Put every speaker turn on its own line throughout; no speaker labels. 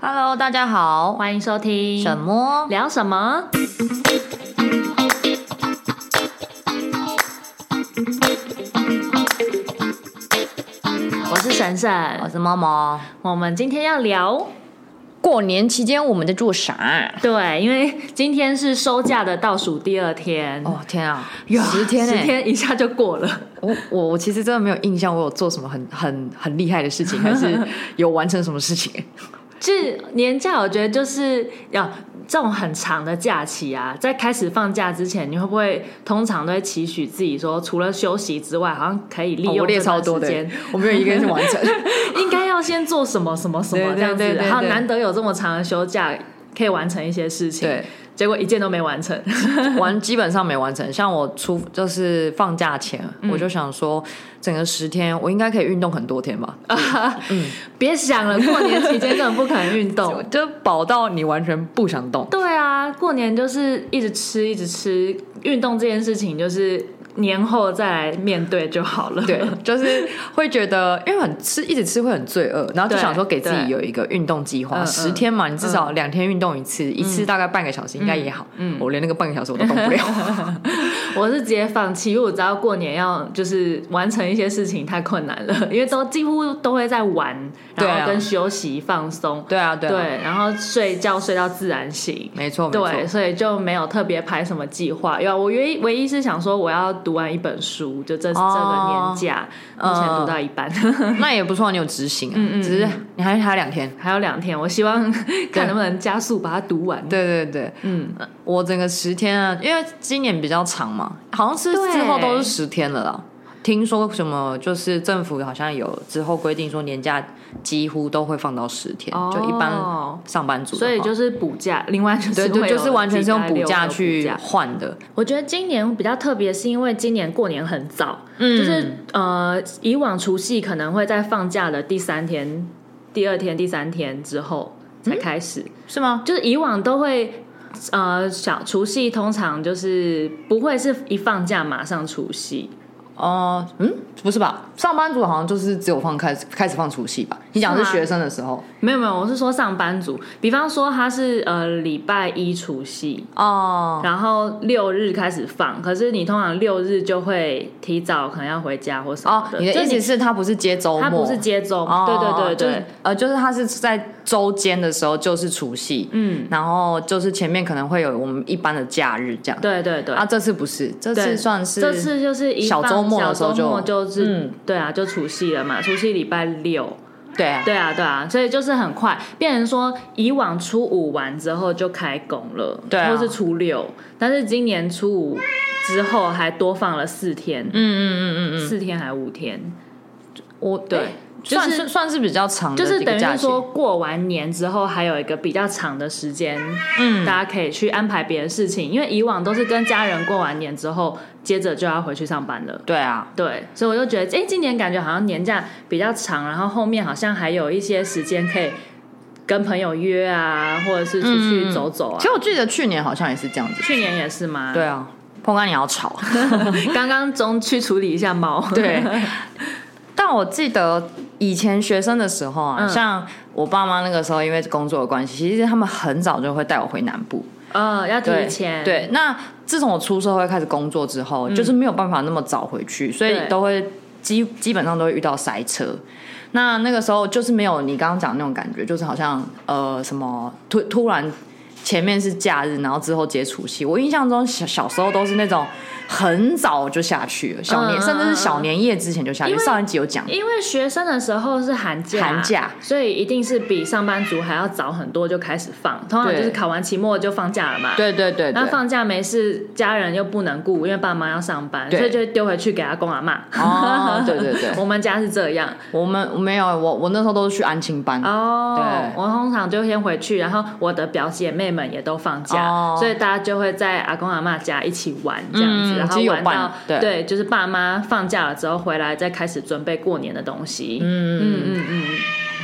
Hello，大家好，
欢迎收听
什么？
聊什么？我是神
我
神，
是猫猫。
我们今天要聊
过年期间我们在做啥？
对，因为今天是收假的倒数第二天，
哦天啊，
呀
十天
十
哎、
天一下就过了。
我我我其实真的没有印象，我有做什么很很很厉害的事情，还 是有完成什么事情？
这年假，我觉得就是要这种很长的假期啊，在开始放假之前，你会不会通常都会期许自己说，除了休息之外，好像可以利
哦
用
我列
这段
超多
时
的
间，
欸，我没有一个人是完 成。
应该要先做什么什么什么
对对
这样子
对对，对
然后难得有这么长的休假，可以完成一些事情，
对，
结果一件都没完成。
完基本上没完成。像我出就是放假前，
嗯
我就想说，整个十天我应该可以运动很多天吧，
别想了，过年期间根本不可能运
哦
动。
就饱到你完全不想动。
对啊，过年就是一直吃，一直吃，运动这件事情就是年后再来面对就好了。
对，就是会觉得，因为很吃一直吃会很罪恶，然后就
对
想说给自
对
己有一个运动计
嗯
划，
嗯
十天嘛，你至少两天运动一次，一次大概半个小时应该也好。嗯，我连那个半个小时我都动不了，
我是直接放弃，因为我知道过年要就是完成一些事情太困难了， 因为都几乎都会在玩，
对啊
然后跟休息、放松，
对啊，对啊，
对，然后睡觉睡到自然醒。
没错，没错。
对，所以就没有特别排什么计划。有，我唯一唯一是想说，我要读完一本书，就这、
哦嗯
这个年假，目前读到一半，
那也不错，你有执行啊，
嗯嗯
只是你还还有两天。
还有两天，我希 望看能不能加速把它读完。，
对对对，
嗯，
我整个十天啊，因为今年比较长嘛，好像是
对
之后都是十天了啦。听说什么就是政府好像有之后规定说年假几乎都会放到十天，
哦
就一般上班族的话，
所以就是补假，另外就
对
是会
对，
有
就是完全是用
几
补
六
假
个
去
补假
换的，
我觉得今年比较特别，是因为今年过年很早，
嗯
就是呃，以往除夕可能会在放假的第三天、第二天、第三天之后才
嗯
开始，
是吗？
就是以往都会。呃，小除夕通常就是不会是一放假马上除夕，
哦、嗯，不是吧？上班族好像就是只有放开始开始放除夕吧？你讲的是
是吗
学生的时候
没有没有，我是说上班族，比方说他是呃礼拜一除夕，
哦，
然后六日开始放，可是你通常六日就会提早可能要回家或什么
哦，
的，
你的
就
意思是他不是接周末，哦
他不是接周，对对对
就
对，
是呃，就是他是在周间的时候就是除夕，
嗯，
然后就是前面可能会有我们一般的假日这样。
对对对。
啊，这次不是，这
对
次算是
这次就是一放
小周末的时候
小周末
就
就是、
嗯
对啊，就除夕了嘛，除夕礼拜六，
对啊，
对啊对啊，所以就是很快，变成说以往初五完之后就开工了，
对啊
或是初六，但是今年初五之后还多放了四天，
嗯嗯嗯嗯嗯，
四天还五天，
我
对
哎
就是
算是算是比较长的
就
一
是
个
等于
假
是
期，
说过完年之后还有一个比较长的时间，
嗯，
大家可以去安排别的事情，因为以往都是跟家人过完年之后，接着就要回去上班了。
对啊，
对，所以我就觉得，哎，今年感觉好像年假比较长，然后后面好像还有一些时间可以跟朋友约啊，或者是出去走走啊
其。实我记得去年好像也是这样子，
去年也是吗？
对，啊，碰干你要吵，
刚刚中去处理一下 猫。
对， 但我记得以前学生的时候啊，
嗯
像我爸妈那个时候，因为工作的关系，其实他们很早就会带我回南部。
呃，要
对
提前。
对，那自从我出社会开始工作之后，就是没有办法那么早回去，所以
嗯对
都会基基本上都会遇到塞车。那那个时候就是没有你刚刚讲的那种感觉，就是好像呃什么突突然前面是假日，然后之后接除夕。我印象中小小时候都是那种很早就下去了，小年、
嗯嗯
甚至
嗯
是小年夜之前就下去。
因为
上一集有讲，
因为学生的时候是寒假，
寒假
所以一定是比上班族还要早很多就开始放，通常
对
就是考完期末就放假了嘛。。
对对对对
那，放假没事，家人又不能顾，因为爸妈要上班，
对
所以就丢回去给阿公阿妈。
哦对对对
我们家是这样
我们没有我我那时候都是去安亲班。啊
哦。
对
我通常就先回去，然后我的表姐妹们也都放假，
哦
所以大家就会在阿公阿妈家一起玩这样子，
嗯
然
其
后
实有
玩
伴
到
对
就是爸妈放假了之后回来，再开始准备过年的东西。嗯嗯嗯嗯。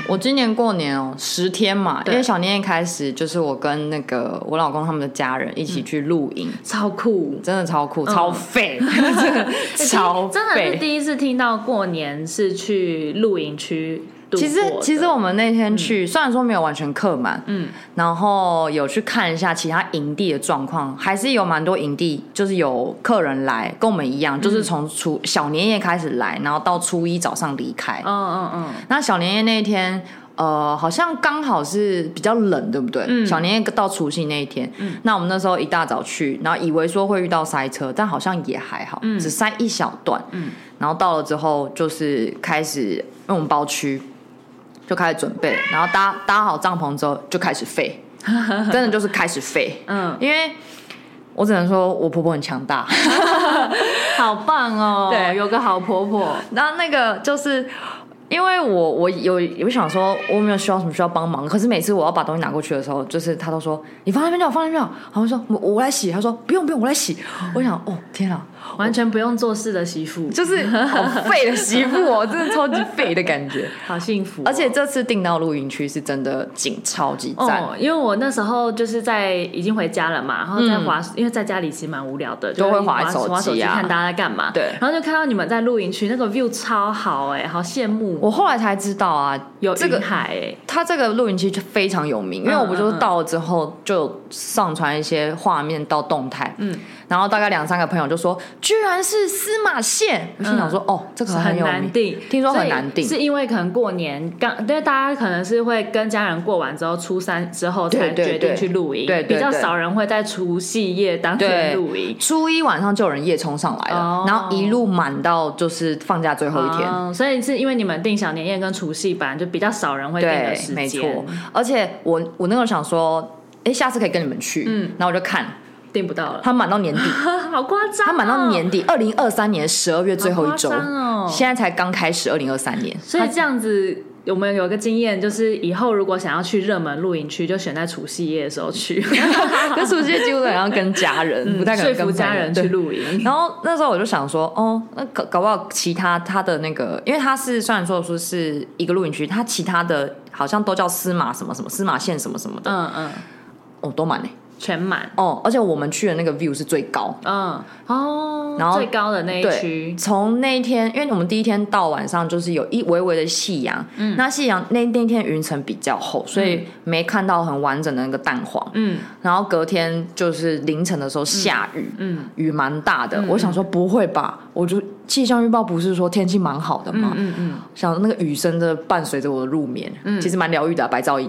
我今年过年哦，十天嘛，因
对
为小年夜开始，就是我跟那个 我老公他们的家人一起去露营，
超酷。
真的超
嗯
酷，超 废，真的超
哎真的是
废。
第一次听到过年是去露营区度
其实
过
其实
的
我们那天去，虽然说没有完全客满，
嗯，
然后有去看一下其他营地的状况，还是有蛮多营地就是有客人来，跟我们一样，
嗯
就是从初小年夜开始来，然后到初一早上离开。
嗯嗯
那小年夜那一天，呃，好像刚好是比较冷，对不对？
嗯
小年夜到除夕那一天，那我们那时候一大早去，然后以为说会遇到塞车，但好像也还好，只塞一小段。
嗯
然后到了之后，就是开始因为我们包区就开始准备，然后搭搭好帐篷之后就开始 废，真的就是开始废，
嗯，
因为。我只能说，我婆婆很强大。
好棒哦，
对
有个好 婆婆，
然后那个就是因为我我有有想说我没有需要什么需要帮忙，可是每次我要把东西拿过去的时候，就是他都说你放那边就好，放那边就好。然后我说我我来洗，他说不用不用，我来洗。我想哦天啊，
完全不用做事的媳妇，
就是好废的媳妇哦，真的超级废的感觉。
好幸福哦、
而且这次订到露营区是真的景超级赞，
哦，因为我那时候就是在已经回家了嘛，然后在滑，因为在家里其实蛮无聊的，
嗯都会
就是
滑
滑
手机啊
滑手机看大家在干嘛。
对
然后就看到你们在露营区，那个 view 超好哎、好羡慕。
我后来才知道啊，
有
哦这个
云海哎、
它这个露营区就非常有名，因为
嗯
我不就是到了之后就上传一些画面到动态，嗯，然后大概两三个朋友就说，居然是司马县，我心想说，哦，这个
嗯很
有
难
名，
定，
听说很难定
所以是因为可能过年刚，因为大家可能是会跟家人过完之后，初三之后才
对对
决定
对
去露营，
对对嗯对
比较少人会在除夕夜当天
对
露营。
初一晚上就有人夜冲上来了，
哦
然后一路满到就是放假最后一天，
哦，所以是因为你们定小年夜跟除夕班，就比较少人会定的
对
时，间，
没错，而且我我那个想说，哎，下次可以跟你们去，
嗯
嗯，然后我就看
订不到了。
它满到年 底，
好夸张、哦！
它满到年底，二零二三年十二月最后一周，
好夸张哦
现在才刚开始，二零二三年，
所以这样子，我们有一个经验，就是以后如果想要去热门露营区，就选在除夕夜的时候 去，
可是我现在几乎都想要跟家人，不太可
嗯说
能跟
服家
朋友
人去。
对
露营。
然后那时候我就想说，哦，那搞搞不好其他他的那个，因为他是虽然说说是一个露营区，他其他的好像都叫司马什么什么司马县什么什么的，
嗯嗯，
哦，都满嘞。
全满。
哦，而且我们去的那个 view 是最高，
嗯哦，
然后
最高的那一
对
区，，
从那一天，因为我们第一天到晚上就是有一微微的夕阳，嗯，那夕阳那那天云层比较厚，所以没看到很完整的那个蛋黄，
嗯
然后隔天就是凌晨的时候下雨，
嗯
雨蛮大的，我想说不会吧？我就气象预报不是说天气蛮好的吗？
嗯嗯，
想那个雨声真的伴随着我的入眠，其实蛮疗愈的啊、白噪音。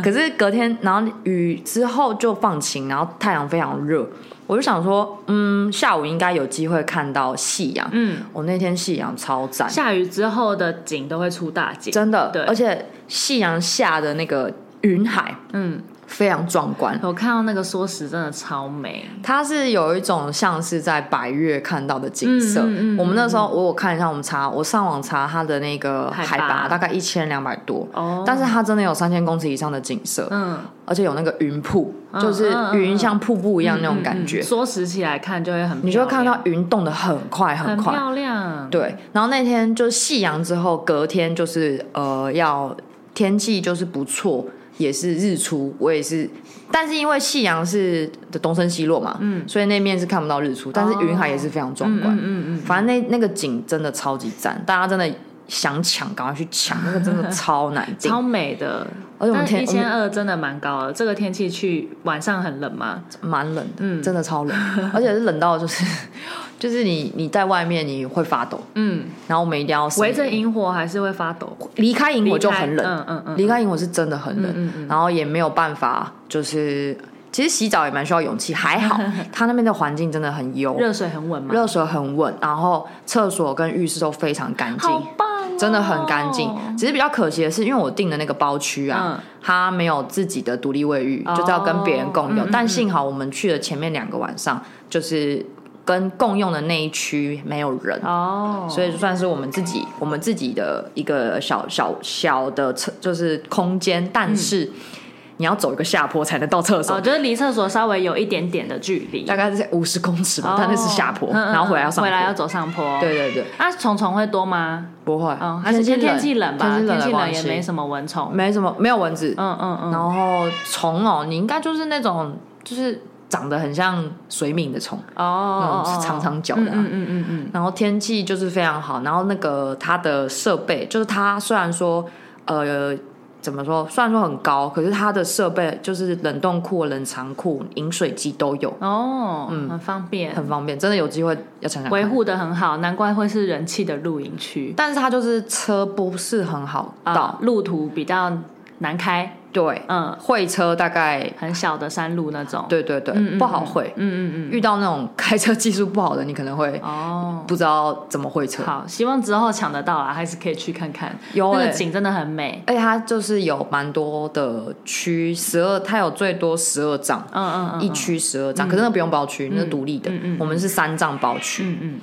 可是隔天，然后雨之后就放晴，然后太阳非常热，我就想说，嗯，下午应该有机会看到夕阳。
嗯，
我那天夕阳超赞，
下雨之后的景都会出大景，
真的
对，
而且夕阳下的那个云海
嗯，
非常壮观。
我看到那个缩时真的超美，
它是有一种像是在百越看到的景色。
嗯嗯嗯
我们那时候我有看一下，我们查我上网查它的那个
海拔
海拔，大概一千两百多。
哦
但是它真的有三千公尺以上的景色，
嗯，
而且有那个云瀑，就是
嗯嗯
云像瀑布一样那种感觉，
缩时起来看就会很漂亮，
你就会看到云动得很快很
很
快。
漂亮，
对，然后那天就是夕阳之后，隔天就是呃要天气就是不错，也是日出，我也是，但是因为夕阳是的东升西落嘛，嗯，所以那面是看不到日出，但是云海也是非常壮观，
嗯嗯嗯
反正那那个景真的超级赞，大家真的想抢赶快去抢，那个真 的超难订，
超美的，
而且哎我们
但
天
一
我们
千二真的蛮高的。这个天气去晚上很冷吗？
蛮冷的，
嗯
真的超冷，而且是冷到就是 就是你你在外面你会发抖，
嗯，
然后我们一定要
围着萤火还是会发抖，
离开萤火就很冷，
离开嗯嗯嗯
离开萤火是真的很冷，
嗯
然后也没有办法，就是其实洗澡也蛮需要勇气，还 好他那边的环境真的很优，
热水很稳吗？
热水很稳，然后厕所跟浴室都非常干净
好。棒、哦
真的很干净，只是比较可惜的是，因为我订的那个包区啊，
嗯哦
它没有自己的独立卫浴，就是要跟别人共
嗯
用。但幸好我们去了前面两个晚上，就是跟共用的那一区没有人，
哦，
所以就算是我们自己我们自己的一个小小小的厕，就是空间，但是你要走一个下坡才能到厕所，
嗯哦，就是离厕所稍微有一点点的距离，
大概是五十公尺吧，
哦
但那是下坡，
嗯嗯
然后回来要上坡。
回来要走上坡，
对。对对，
那虫虫会多吗？
不会，
嗯，还是
天
天气
气
冷吧，
天
天
气
气
冷
冷也没
么，
什么蚊虫。
没什么没有蚊子，
嗯嗯嗯，
然后虫哦，你应该就是那种就是。长得很像水敏的虫，
哦
那种嗯是长长角的啊
嗯嗯嗯嗯
然后天气就是非常好，然后那个它的设备，就是它虽然说呃怎么说，虽然说很高，可是它的设备就是冷冻库、冷藏库、饮水机都有，
嗯，哦，很方便，
很方便，真的有机会要想想看
维。护的很好，难怪会是人气的露营区
但是它就是车不是很好到，
啊，路途比较难开，
对，
嗯，
会车大概
很小的山路那种，
对对对、
嗯，嗯
不好会，，
嗯嗯嗯
遇到那种开车技术不好的，你可能会
嗯，哦。
不知道怎么会车。
好，希望之后抢得到啊啦，还是可以去看看。
有
那
欸
个景真的很美。
而且它就是有蛮多的区，十二，它有最多十二张，
嗯嗯嗯，
一
嗯
区十二张，可是那不用包区，那是独立的。
嗯嗯嗯
我们是三张包区，
嗯嗯。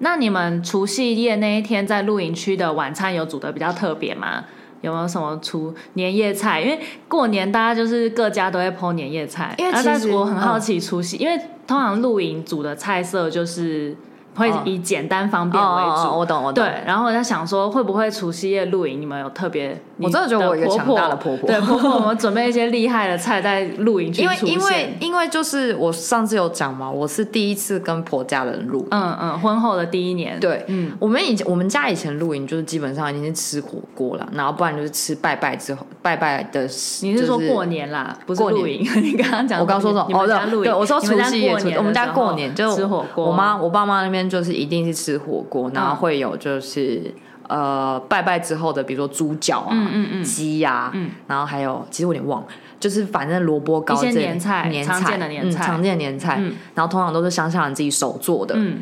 那你们除夕夜那一天在露营区的晚餐有煮的比较特别吗？有没有什么除年夜菜？因为过年大家就是各家都会烹年夜菜，
因为
然后
其
但
实嗯
是我很好奇除夕，因为通常露营煮的菜色就是会
哦
以简单方便为主。
哦，我懂我懂。
对，然后我在想说，会不会除夕夜露营，你们有特别？
我真的觉得我有一个
你
强大的婆婆
对婆婆，我们准备一些厉害的菜在露营区
因为
出现。
因为因为就是我上次有讲嘛，我是第一次跟婆家人录，
嗯嗯，婚后的第一年，
对，
嗯
我们以前我们家以前露营就是基本上已经是吃火锅了，然后不然就是吃拜拜之后拜拜的时。
你是说
就
过年啦，不是
过年
露营？ 你刚刚讲
我刚说什么？
你们家
哦，对，
露营，
对，我说
你
除
们家
夕夜
过
除
年，
我们家过年就
吃火锅，嗯
我妈我爸妈那边就是一定是吃火锅，然后会有就是、呃拜拜之后的，比如说猪脚啊、
嗯嗯嗯
鸡呀、
嗯
然后还有其实我有点忘了，就是反正萝卜糕
一些
这类
年菜
年
常见的年
嗯
菜
常见的年菜，
嗯
然后通常都是乡下人自己手做的。
嗯，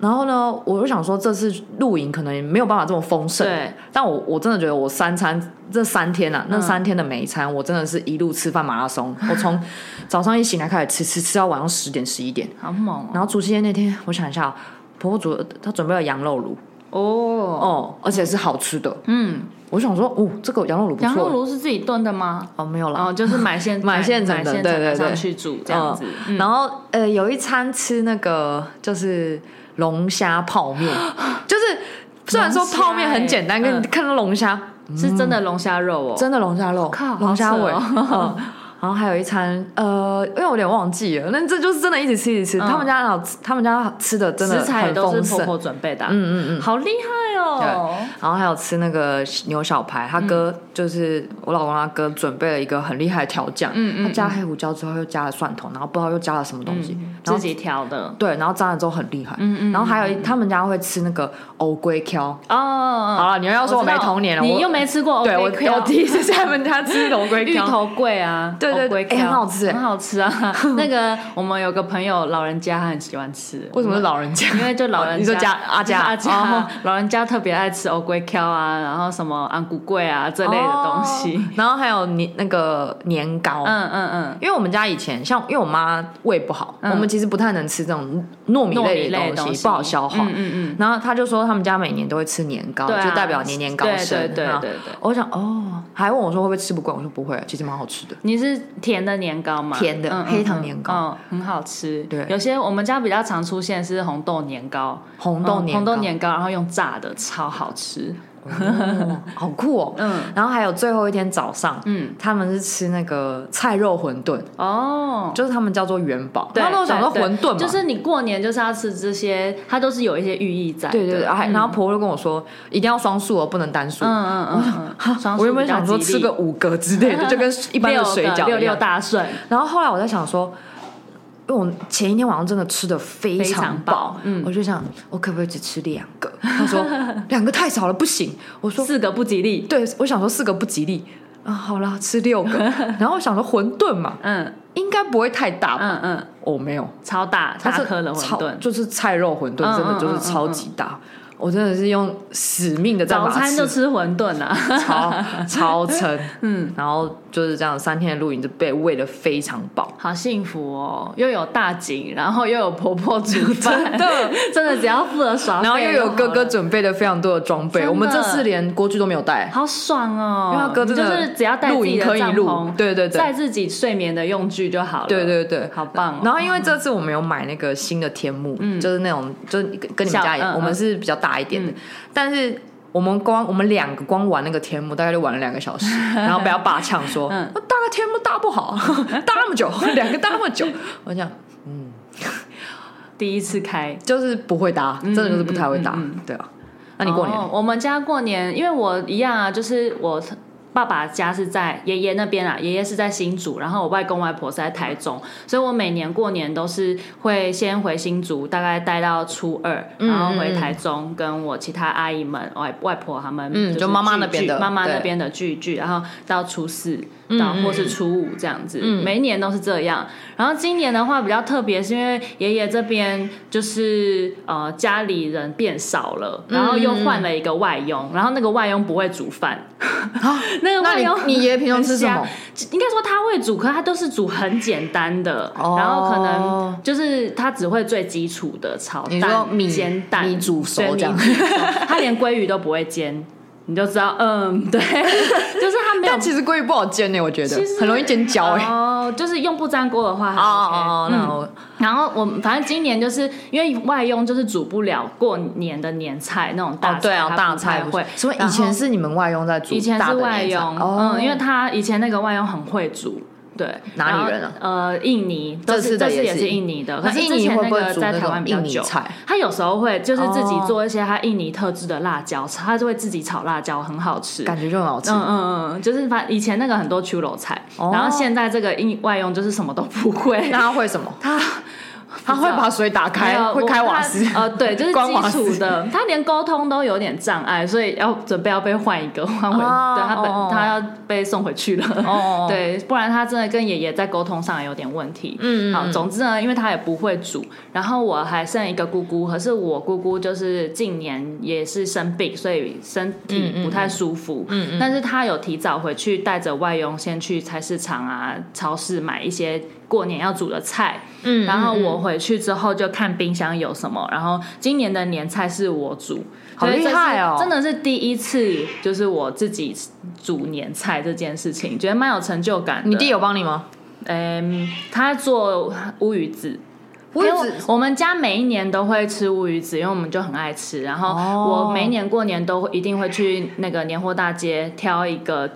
然后呢，我就想说这次露营可能没有办法这么丰盛，
对，
但我我真的觉得我三餐这三天啊，那
嗯
三天的每一餐，我真的是一路吃饭马拉 松。我从早上一醒来开始吃，吃吃到晚上十点十一点。
好猛啊
然后除夕夜那天，我想一下哦，婆婆煮她准备了羊肉炉，
哦哦，
哦，而且是好吃的。
嗯，
我想说，哦，这个羊肉炉不
羊肉
错。
炉是自己炖的吗？
哦，没有了。
哦，就是买 现
买现成的
买现
对对对
上去煮这样子，嗯
然后呃，有一餐吃那个就是龙虾泡 面，就是虽然说
龙虾
泡面很简单，
欸
跟
嗯
你看到龙虾，
是真的龙虾肉哦，
嗯真的龙虾肉
靠，
龙虾尾。
好扯哦
嗯 然后还有一餐，呃，因为我有点忘记了，那这就是真的一直吃一直吃。
嗯
他们家老他们家吃的真的
食材
很
都
丰
是婆
盛，
婆准备的啊，
嗯嗯嗯。
好厉害哦，
然后还有吃那个牛小排，他哥、
嗯
就是我老公他哥准备了一个很厉害的调酱，
嗯嗯嗯
他加黑胡椒之后又加了蒜头，然后不知道又加了什么东西，然
自
后
己调的，
对，然后沾了之后很厉害，
嗯嗯
然后还有一他们家会吃那个欧龟壳。
哦哦，
好
好
了，你又要说我没童年了，
你
我
又没吃过，
对我
调
我第一次在他们家吃龙龟
芋
壳，
头桂啊，
对对对
龟壳
哎很好吃哎
很好吃 啊。那个我们有个朋友老人家他很喜欢吃，
为什么是老人家？
因为就老人家，
哦你说家阿家
阿
哦
家，老人家特别爱吃欧龟壳啊，然后什么安骨桂啊这类的东西
哦。 然后还有年那个年糕，
嗯嗯
因为我们家以前像，因为我妈胃不好，
嗯
我们其实不太能吃这种糯米
嗯，糯米
类
类
的
的东西
不好消化。
嗯嗯嗯，
然后她就说他们家每年都会吃年糕，
对啊
就代表年年高升。
对对对
然后
对对
我想哦，还问我说会不会吃不惯，我说不会，其实蛮好吃的。
你是甜的年糕吗？
甜的黑糖年糕
嗯，很好吃。
对
有些我们家比较常出现是红豆年糕，
红豆年糕，
嗯红豆年糕，然后用炸的，超好吃。
哦 好酷哦。
嗯
然后还有最后一天早上，
嗯，
他们是吃那个菜肉馄饨，
哦，
就是他们叫做元宝。
对
他们都想说
对
馄饨嘛，
就是你过年就是要吃这些，它都是有一些寓意在的。
对对啊对。还然后
嗯
婆婆就跟我说，一定要双数哦，不能单数。
嗯嗯嗯嗯，
我原本想说吃个五个之类的，就跟一
一
般 的水饺
六
一
六
样。
大顺，
然后后来我在想说，因为我前一天晚上真的吃的非
非常
饱
饱，嗯
我就想我可不可以只吃两个？他说两个太少了，不行。我说
四个不吉利。
对，我想说四个不吉利啊，好啦，吃六 个。然后我想说馄饨嘛，
嗯
应该不会太大吧？
嗯嗯，
哦，没有，
超大
它
大
是
颗的馄
超
饨。
就是菜肉馄饨，
嗯
真的就是超级大。我真的是用使命的在
早
把它
餐就吃馄饨啊，
超超撑，
嗯，
然后就是这样三天的露营就被喂得非常饱。
好幸福哦！又有大景，然后又有婆婆煮饭，
真的
真的只要付了耍费
然后又有哥哥
哦就好了，
准备了非常多的装备，
真的
我们这次连锅具都没有带，
好爽哦！
因为他哥
你
真
就
的
是只要带自己
露
的
营可
帐
以露
篷，
对对对
带自己睡眠的用具就好了，
对，对对。
好棒哦！
然后因为这次我们有买那个新的天幕，就是那种就是跟跟你们
小
家一样，
嗯嗯
我们是比较大一点的，但是我们光我们两个光玩那个天幕，大概就玩了两个小时， 然后被他爸呛说：“
嗯
我搭个天幕搭不好， 搭那么久，两个搭那么 久。”我想
第一次开。
就是不会搭，真的就是不太会搭，
嗯嗯嗯
对啊。那你过年、
哦我们家过年，因为我一样啊，就是我爸爸家是在爷爷那边啊，爷爷是在新竹，然后我外公外婆是在台中，所以我每年过年都是会先回新竹，大概待到初二，
嗯
然后回台中跟我其他阿姨们、外外婆他们，
嗯
是
就妈妈
聚
那边
聚
的
妈妈那
对
边的聚一聚，然后到初四。到或是初五这样子，嗯每一年都是这样。然后今年的话比较特别，是因为爷爷这边就是呃家里人变少了，然后又换了一个外佣，然后那个外佣不会煮饭，啊 那个
那
外
你
佣
你爷爷平常吃什么
很？瞎？应该说他会煮，可他都是煮很简单的，
哦
然后可能就是他只会最基础的炒
你说
蛋、
米
煎蛋、
米煮熟
对
这样
米煮熟他连鲑鱼都不会煎，你就知道，嗯，对， 就是他没有
但其实鲑鱼不好煎呢、欸我觉得
其实
很容易煎焦哎、
哦，就是用不粘锅的话还 OK，
哦哦哦，那
嗯
我、
然后我们反正今年就是因为外佣就是煮不了过年的年菜那种大
哦
菜，
对啊，
他
大
不太
菜不
会
是。所以
然
以
后
前是你们外佣在煮，
以前
大
是
的那
外
一餐
佣，
哦、
嗯，因为他以前那个外佣很会煮。对，
哪里
然后
人啊
呃，印尼，
这
都
次
是
的
这次
也
也
是
是印尼的。可
那
是
印
之
尼
前
会不会
个
煮
在
那
台湾
种
比较
印尼
久。
菜？
他有时候会就是自己
哦
做一些他印尼特制的辣椒，他就会自己炒辣椒，很好吃。
感觉就很好吃。
嗯嗯嗯，就是反以前那个很多曲肉菜，
哦
然后现在这个印外用就是什么都不 会。
那他会什么？他他会把水打
没
开，
有
会
我
开瓦
他
斯。
呃，对，就 是
关瓦
基
斯
础的，他连沟通都有点障碍，所以要准备要被换一个，换回，
哦
对他本、
哦哦
他要被送回去了，
哦哦
对，不然他真的跟爷爷在沟通上也有点问题。
嗯嗯
好，
嗯
总之呢，因为他也不会煮，然后我还剩一个姑姑，可是我姑姑就是近年也是生病，所以身体
嗯
不太舒服。嗯但是她有提早回去，带着外佣先去菜市场啊、超市买一些过年要煮的菜。
嗯
然后我回去之后就看冰箱有什么，然后今年的年菜是我煮，
好
所以这
厉害
是
哦
真的是第一次，就是我自己煮年菜这件事情，觉得蛮有成就感的。
你弟，有帮你吗？
嗯，他做乌鱼子。
我也
因为
只
我们家每一年都会吃乌鱼子，因为我们就很爱吃。然后
哦
我每一年过年都会一定会去那个年货大街挑一个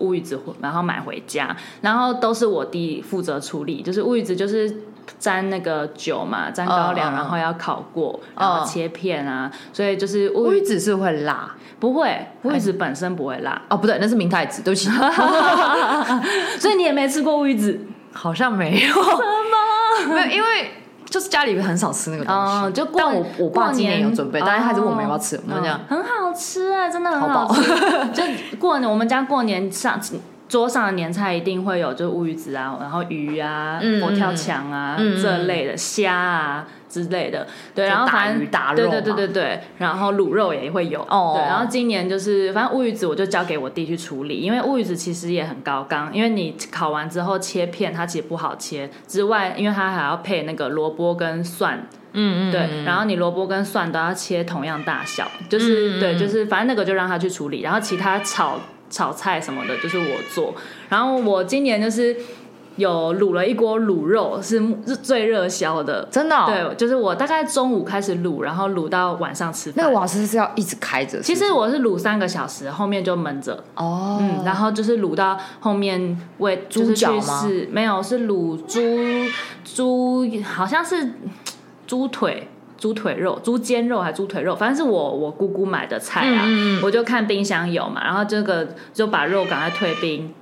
乌鱼子，然后买回家。然后都是我弟负责处理，就是乌鱼子就是沾那个酒嘛，沾高
嗯
粱，
嗯嗯
然后要烤过，然后切片啊。所以就是乌
乌
鱼
鱼子是会辣
不会，乌鱼子本身不会 辣，
哦，不对，那是明太子，对 不起，
所以你也没吃过乌鱼子
好像没有。什么？ 没有，因为就是家里很少吃那个东西。
哦。就过
但我我爸
过
今年有
年
准备，但是他还是问我们要不要吃
哦，
我们这样
嗯很好吃哎、真的很
好
好
饱
吃。就过年，我们家过年上桌上的年菜一定会有，就是乌鱼子啊，然后鱼啊、
嗯
佛跳墙啊、
嗯嗯
这类的虾啊。之类的，对，
就
然后
大
反
鱼
正
大
对
肉
对对
嘛
对对，然后卤肉也会有，
哦
对，然后今年就是反正乌鱼子我就交给我弟去处理，因为乌鱼子其实也很高纲，因为你烤完之后切片，它其实不好切，之外，因为它还要配那个萝卜跟蒜，
嗯嗯，
对，然后你萝卜跟蒜都要切同样大小，
嗯
就是、对，就是反正那个就让他去处理，然后其他炒炒菜什么的，就是我做。然后我今年就是有卤了一锅卤肉，是是最热销的。
真的哦。
对，就是我大概中午开始卤，然后卤到晚上吃饭。
那个瓦斯是要一直开着。
其
是
实我是卤三个小时，后面就闷着，
哦，
嗯，然后就是卤到后面为就是去
猪脚吗
试，没有是卤猪猪，好像是猪腿。猪腿肉、猪肩肉还是猪腿肉，反正是我我姑姑买的菜啊，
嗯
我就看冰箱有嘛，然后这个就把肉赶快退冰，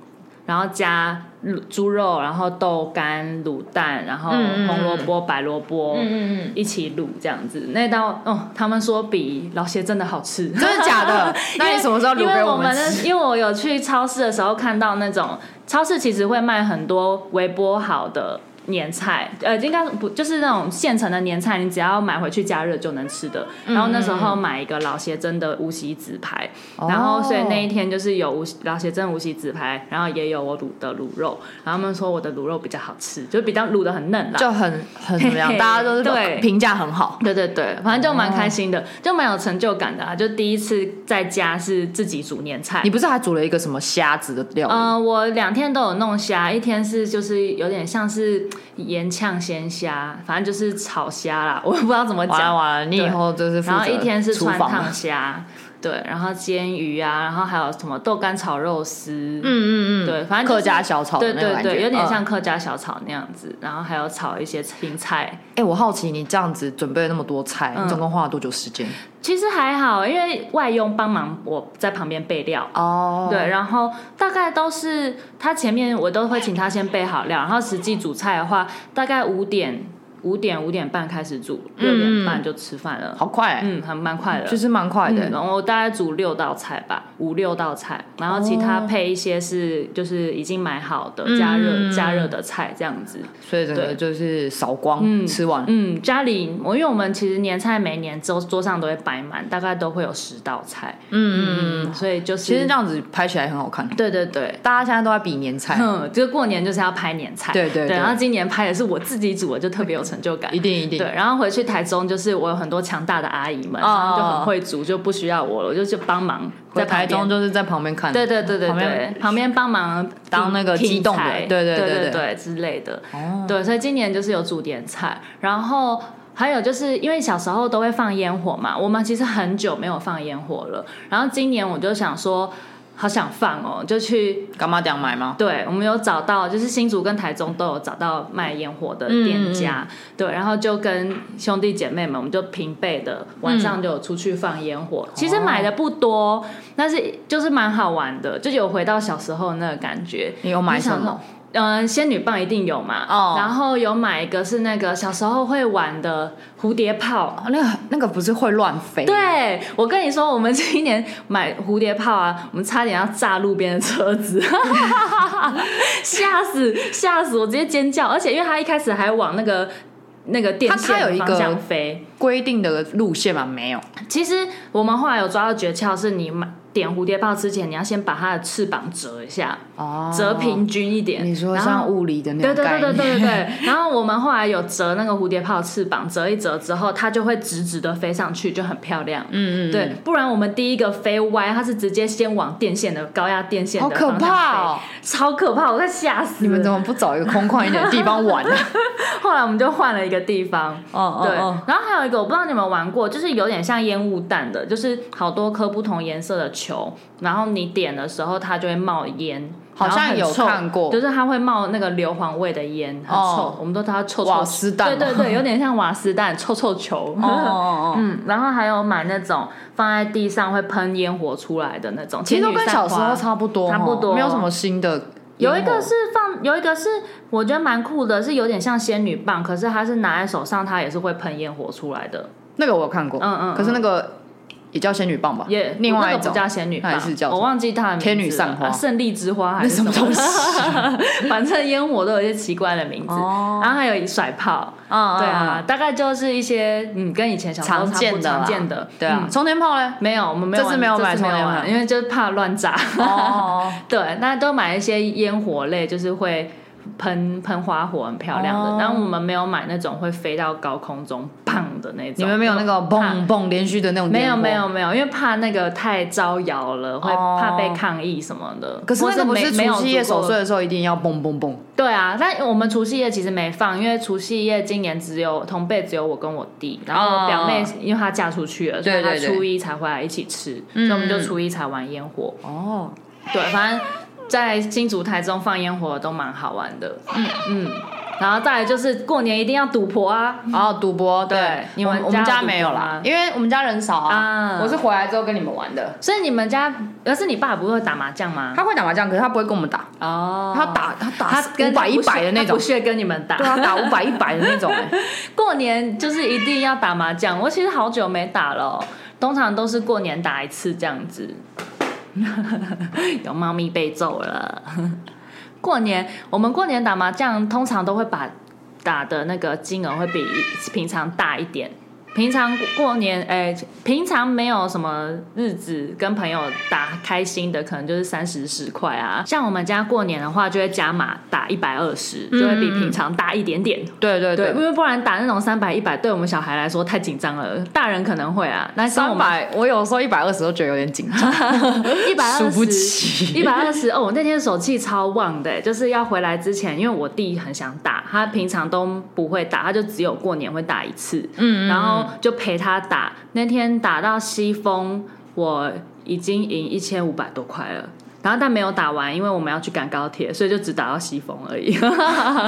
然后加卤猪肉，然后豆干、卤蛋，然后
嗯嗯嗯
红萝卜、白萝卜、
嗯嗯
一起卤这样子。那道哦，他们说比老鞋真的好吃，
嗯，真的假的？那你什么时候
因
卤
为
给
我
们
的
吃？
因为我有去超市的时候看到那种超市其实会卖很多微波好的年菜，呃，应该不就是那种现成的年菜，你只要买回去加热就能吃的。
嗯
然后那时候买一个老鞋真的无锡紫排，
哦
然后所以那一天就是有无锡老鞋真无锡紫排，然后也有我卤的卤肉，然后他们说我的卤肉比较好吃，就比较卤的很嫩 啦，
就很很怎么样
嘿？嘿
大家都
对
是评价很好。
对对对，反正就
哦
蛮开心的，就蛮有成就感的啊！就第一次在家是自己煮年菜
你，不是还煮了一个什么虾子的料理？
嗯、我两天都有弄虾，一天是就是有点像是盐呛鲜虾，反正就是炒虾啦，我也不知道怎么
完了
讲。
完了，你以后就是负责
然后一天是
厨
川
房
烫虾， 对，然后煎鱼啊，然后还有什么豆干炒肉丝，
嗯嗯嗯，
对，反正就
客
是
家小炒的
对
那个
对
感觉，
对，有点
嗯
像客家小炒那样子，然后还有炒一些青菜。
哎、我好奇你这样子准备了那么多菜，
嗯
你总共花了多久时间？
其实还好，因为外佣帮忙我在旁边备料。
哦，
对，然后大概都是他前面我都会请他先备好料，然后实际煮菜的话，大概五点、五点、五点半开始煮，六点
嗯
半就吃饭了。
好快、欸，
嗯，还嗯蛮快的。
其实蛮快的、欸
然后我大概煮六道菜吧，五六道菜，然后其他
哦
配一些是就是已经买好的
嗯
加热、加热的菜这样子。
所以整个
对
就是扫光、吃完。
嗯，家里我因为我们其实年菜每年桌桌上都会摆满，大概都会有十道菜。
嗯嗯嗯，
嗯，所以就是
其实这样子拍起来很好看。
对对对。
大家现在都在比年菜，
嗯，就是过年就是要拍年菜，
对对
对
对
然后今年拍的是我自己煮的，就特别有成就感
一。定一定
对，。然后回去台中，就是我有很多强大的阿姨们，
哦
她们就很会煮，就不需要我了，我就去帮忙在
在
旁
台
边
中就是在旁边看，
对对对对
旁
对
边，
旁边帮忙
当那个
品
激动的
品菜
对对
对
对哦
对
对
之类的。对，所以今年就是有煮点菜，然后。还有就是因为小时候都会放烟火嘛，我们其实很久没有放烟火了。然后今年我就想说，好想放哦，就去
干嘛这样买吗？
对，我们有找到，就是新竹跟台中都有找到卖烟火的店家，
嗯
对，然后就跟兄弟姐妹们，我们就平辈的晚上就有出去放烟
嗯
火。其实买的不多，但是就是蛮好玩的，就有回到小时候那个感觉。
你有买
就想
什
说
么？？
嗯、仙女棒一定有嘛。
哦
然后有买一个是那个小时候会玩的蝴蝶炮。
哦那个那个不是会乱飞？，
对，我跟你说，我们今年买蝴蝶炮啊，我们差点要炸路边的车子， 吓死吓死，我直接尖叫！而且因为他一开始还往那个那个电
它它
线
有
的
一
方
个
向飞。
规定的路线嘛没有。
其实我们后来有抓到诀窍，是你买点蝴蝶炮之前，你要先把它的翅膀折一下，
哦
折。平均一点。
你说
然后
像物理的那种
对对
概
对对
念，
对对对。然后我们后来有折那个蝴蝶炮翅膀，折一折之后，它就会直直的飞上去，就很漂亮。
嗯嗯嗯
对，不然我们第一个飞歪，它是直接先往电线的高压电线
好
的
可
方向
怕
飞
哦！
超可怕，我快吓死
你们怎
了。
么不找一个空旷一点的地方玩呢？
后来我们就换了一个地方。
哦哦
对，然后还有一个我不知道你们玩过，就是有点像烟雾弹的，就是好多颗不同颜色的球，然后你点的时候它就会冒烟，
好像
然后很
有
臭
看过
就是它会冒那个硫磺味的烟，很臭，
哦
我们都叫它臭臭
瓦斯蛋
对对
吗
对，有点像瓦斯弹、臭臭球。
哦哦哦，
嗯，然后还有买那种放在地上会喷烟火出来的那种，
其实都
仙女
跟
散
小时
花
候差不多哦，
差不多
没有什么新的。
有一个是放，有一个是我觉得蛮酷的，是有点像仙女棒，可是它是拿在手上，它也是会喷烟火出来的，
那个我有看过，
嗯嗯嗯
可是那个也叫仙女棒吧？哦
也
另外
那
一
个
种
不叫仙女棒，
还是叫什么
我忘记它的名字了
天女散花
啊胜利之花还是
那什 么
么 反正烟火都有一些奇怪的名字，
哦
然后还有甩炮，
啊
对啊，，大概就是一些嗯跟以前小时候
常
差不
见
多
的啦
常见的，
对啊
嗯，
冲天炮嘞？
没有，我们没有玩，
这次没有买
这次没有
充电
玩，
宝
因为就是怕乱炸。
哦，
对，那都买一些烟火类，就是会喷喷花火，很漂亮的
哦。
但我们没有买那种会飞到高空中砰的那种。
你们没有那个
怕
蹦蹦连续的那种？
没有没有。没有，因为怕那个太招摇了，会
哦
怕被抗议什么的。
可是那个不
或
是
没
除夕夜守。岁
没有足够
的时候一定要蹦蹦蹦，
对啊，但我们除夕夜其实没放，因为除夕夜今年只有同辈只有我跟我弟，然后
哦
表妹因为她嫁出去了，所以
对
她
对对
初一才回来一起吃，所以我们
嗯
就初一才玩烟火。
哦，
对，反正在新竹、台中放烟火都蛮好玩的。嗯嗯，然后再来就是过年一定要赌博啊。
然后赌博，
对你
我
们
们我
家
们家
有赌
没有
博
啦
吗，
因为我们家人少啊
啊。
我是回来之后跟你们玩的，
所以你们家，而是你爸不会打麻将吗？
他会打麻将，可是他不会跟我们打，
哦
他打他打
他跟
五百一百的那
他
种
不，屑跟你们打。
对啊，打五百一百的那种，哎
过年就是一定要打麻将。我其实好久没打了哦、通常都是过年打一次这样子。 有猫咪被揍了。 过年我们过年打麻将，通常都会把打的那个金额会比平常大一点。平常过年，哎、平常没有什么日子跟朋友打开心的，可能就是三十十块啊。像我们家过年的话，就会加码打一百二十，就会比平常大一点点。
对对
对，因为不然打那种三百一百，对我们小孩来说太紧张了。大人可能会啊，那
三百，我有时候一百二十都觉得有点紧张，
一百
输
二
不
十，一
起
百二十哦，我那天手气超旺的，就是要回来之前，因为我弟很想打，他平常都不会打，他就只有过年会打一次，嗯然后就陪他打。那天打到西风。我已经赢一千五百多块了。然后但没有打完，因为我们要去赶高铁，所以就只打到西风而已，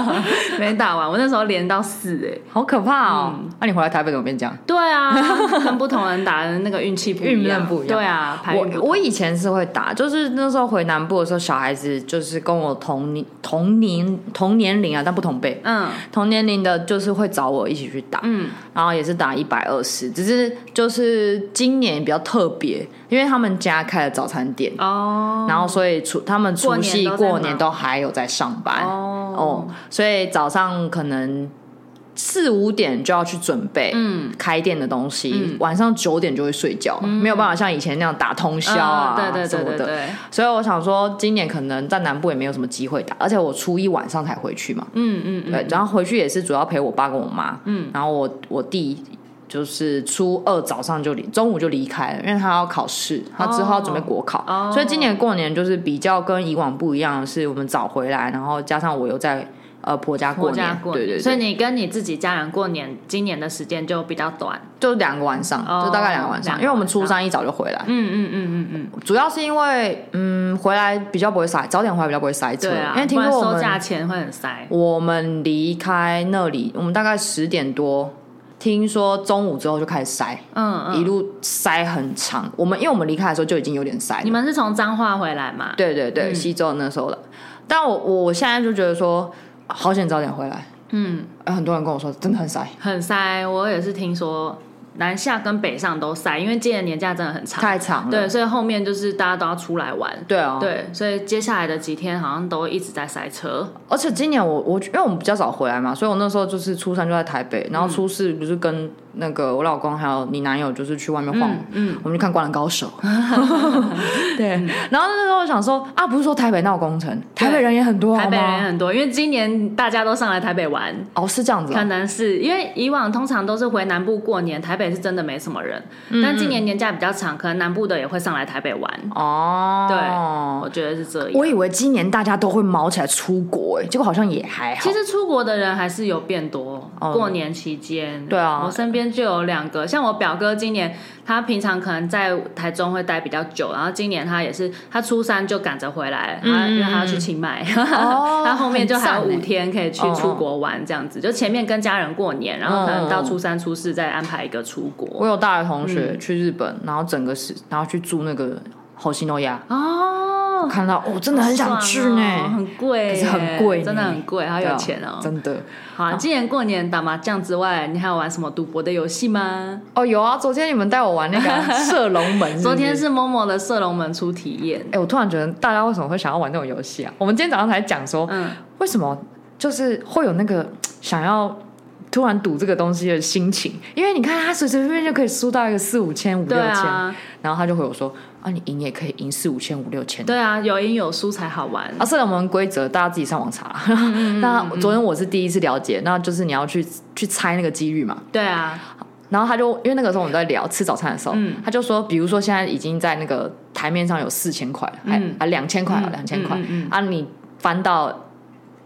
没打完。我那时候连到四哎、
好可怕哦！那、你回来台北怎么变这样？
对啊，跟不同人打的那个运气不一
运
样，
量不一样
对啊，排运不
我我以前是会打，就是那时候回南部的时候，小孩子就是跟我同年同年同年龄啊，但不同辈，
嗯
同年龄的就是会找我一起去打，
嗯，
然后也是打一百二十，只是就是今年比较特别，因为他们家开了早餐店，
哦，
然后所以除他们除夕
过年都在忙
过年都还有在上班
哦
哦，所以早上可能四五点就要去准备，
嗯，
开店的东西，
嗯
晚上九点就会睡觉，没有办法像以前那样打通宵啊，
嗯对对
什么
对对
的。
对，
所以我想说，今年可能在南部也没有什么机会打，而且我初一晚上才回去嘛，
嗯嗯嗯，
对，然后回去也是主要陪我爸跟我妈，
嗯，
然后我我弟。就是初二早上就离，中午就离开了，因为他要考试，他之后要准备国考，
哦
所以今年过年就是比较跟以往不一样，的是我们早回来，然后加上我又在呃婆家过
我
年，
家过
对对对，
所以你跟你自己家人过年，今年的时间就比较短，
就两个晚上，
哦
就大概两个晚
两
上，
个
因为我们初
晚上
三一早就回来，
嗯嗯嗯嗯嗯，
主要是因为嗯回来比较不会塞，早点回来比较不会塞车，
对啊，
因为听
不然
说我
收假
们
前会很塞，
我们离开那里，我们大概十点多，听说中午之后就开始塞，
嗯嗯，
一路塞很长。我们因为我们离开的时候就已经有点塞了，
你们是从彰化回来嘛？
对对对，
嗯
西周那时候的，但我我我现在就觉得说好想早点回来，
嗯，啊
呃很多人跟我说真的很塞，
很塞，我也是听说南下跟北上都塞，因为今年年假真的很长，
太长了，
对，所以后面就是大家都要出来玩。
对啊，
对，所以接下来的几天好像都一直在塞车。
而且今年我我因为我们比较早回来嘛，所以我那时候就是初三就在台北，然后初四不是跟那个我老公还有你男友就是去外面晃，
嗯嗯，
我们去看《灌篮高手》。对，然后那时候我想说啊，不是说台北闹工程，台北人也很多，
台北
好吗
人很多，因为今年大家都上来台北玩，
哦是这样子、
可
哦，
能是因为以往通常都是回南部过年，台北是真的没什么人，但今年年假比较长，可能南部的也会上来台北玩。
哦，
我觉得是这
我
样。
以为今年大家都会毛起来出国、哎，结果好像也还好。
其实出国的人还是有变多，过年期间，
哦对啊
我身边就有两个，像我表哥今年，他平常可能在台中会待比较久，然后今年他也是，他初三就赶着回来，他因为他要去清迈，
嗯哦
他后面就还有
很赞
五
欸
天可以去出国玩，这样子，就前面跟家人过年，然后可
嗯
能到初三初四再安排一个出国
我。有大学同学
嗯
去日本，然后整个是然后去住那个好西诺亚，
哦，
看到哦，真的很想去呢、
爽哦很贵耶，
可是很贵呢
真的很贵，好
对啊
有钱哦。
真的。
好啊，今年过年打麻将之外，你还有玩什么赌博的游戏吗？
哦，有啊，昨天你们带我玩那 个射龙门是不
昨天。是某某的射龙门初体验，
哎、我突然觉得大家为什么会想要玩那种游戏啊？我们今天早上才讲说，
嗯，
为什么就是会有那个想要突然赌这个东西的心情？因为你看他随随便便就可以输到一个四五千、五六
对
千，
啊，
然后他就回我说：“啊，你赢也可以赢四五千、五六千。”
对啊，有赢有输才好玩。
啊，射龙门规则大家自己上网查。
嗯
那昨天我是第一次了解，那就是你要去去猜那个几率嘛。
对啊，
然后他就因为那个时候我们在聊吃早餐的时候，
嗯
他就说，比如说现在已经在那个台面上有四千块，还
嗯
啊两千块，两千块
嗯嗯嗯
啊，你翻到